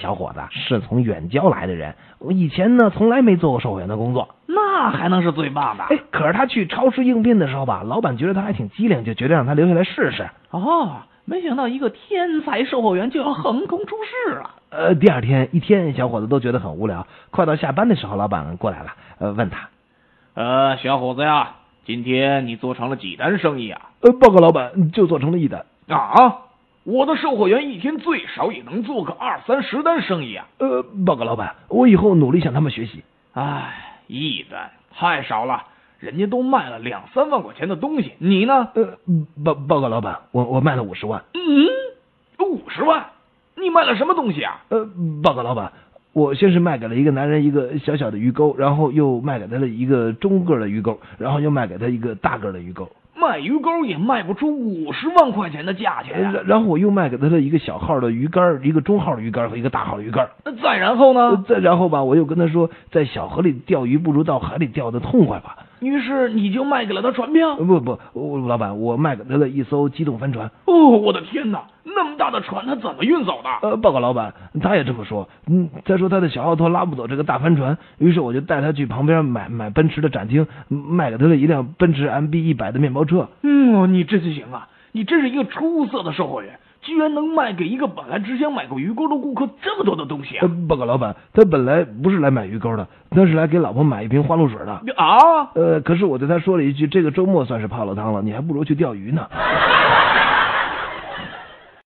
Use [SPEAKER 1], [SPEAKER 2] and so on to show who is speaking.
[SPEAKER 1] 小伙子是从远郊来的人，我以前呢从来没做过售货员的工作。
[SPEAKER 2] 那还能是最棒的？
[SPEAKER 1] 哎，可是他去超市应聘的时候吧，老板觉得他还挺机灵，就决定让他留下来试试。
[SPEAKER 2] 哦，没想到一个天才售货员就要横空出世啊！
[SPEAKER 1] 呃，第二天一天，小伙子都觉得很无聊。快到下班的时候，老板过来了，呃，问他，
[SPEAKER 2] 呃，小伙子呀，今天你做成了几单生意啊？
[SPEAKER 1] 呃，报告老板，就做成了一单。
[SPEAKER 2] 啊，我的售货员一天最少也能做个二三十单生意啊！
[SPEAKER 1] 呃，报告老板，我以后努力向他们学习。
[SPEAKER 2] 唉，一单太少了，人家都卖了两三万块钱的东西，你呢？
[SPEAKER 1] 呃，报报告老板，我我卖了五十万。
[SPEAKER 2] 嗯，五十万，你卖了什么东西啊？
[SPEAKER 1] 呃，报告老板，我先是卖给了一个男人一个小小的鱼钩，然后又卖给他了一个中个的鱼钩，然后又卖给他一个大个的鱼钩，
[SPEAKER 2] 卖鱼钩也卖不出五十万块钱的价钱
[SPEAKER 1] 然
[SPEAKER 2] 哎呀、
[SPEAKER 1] 然后我又卖给他了一个小号的鱼竿，一个中号的鱼竿和一个大号的鱼竿。
[SPEAKER 2] 那再然
[SPEAKER 1] 呃
[SPEAKER 2] 后呢？
[SPEAKER 1] 再然后吧，我又跟他说，在小河里钓鱼不如到海里钓的痛快吧。
[SPEAKER 2] 于是你就卖给了他船票
[SPEAKER 1] 呃。不不，我老板，我卖给他了一艘机动帆船。
[SPEAKER 2] 哦，我的天哪！那么大的船，他怎么运走的？
[SPEAKER 1] 呃，报告老板，他也这么说。嗯，他说他的小奥拓拉不走这个大帆船，于是我就带他去旁边买买奔驰的展厅，嗯卖给他了一辆奔驰 MB 一百的面包车。
[SPEAKER 2] 嗯，你真行啊！你真是一个出色的售货员，居然能卖给一个本来只想买过鱼钩的顾客这么多的东西
[SPEAKER 1] 呃
[SPEAKER 2] 啊！，
[SPEAKER 1] 报告老板，他本来不是来买鱼钩的，他是来给老婆买一瓶花露水的。
[SPEAKER 2] 啊！
[SPEAKER 1] 呃，可是我对他说了一句：“这个周末算是泡了汤了，你还不如去钓鱼呢。”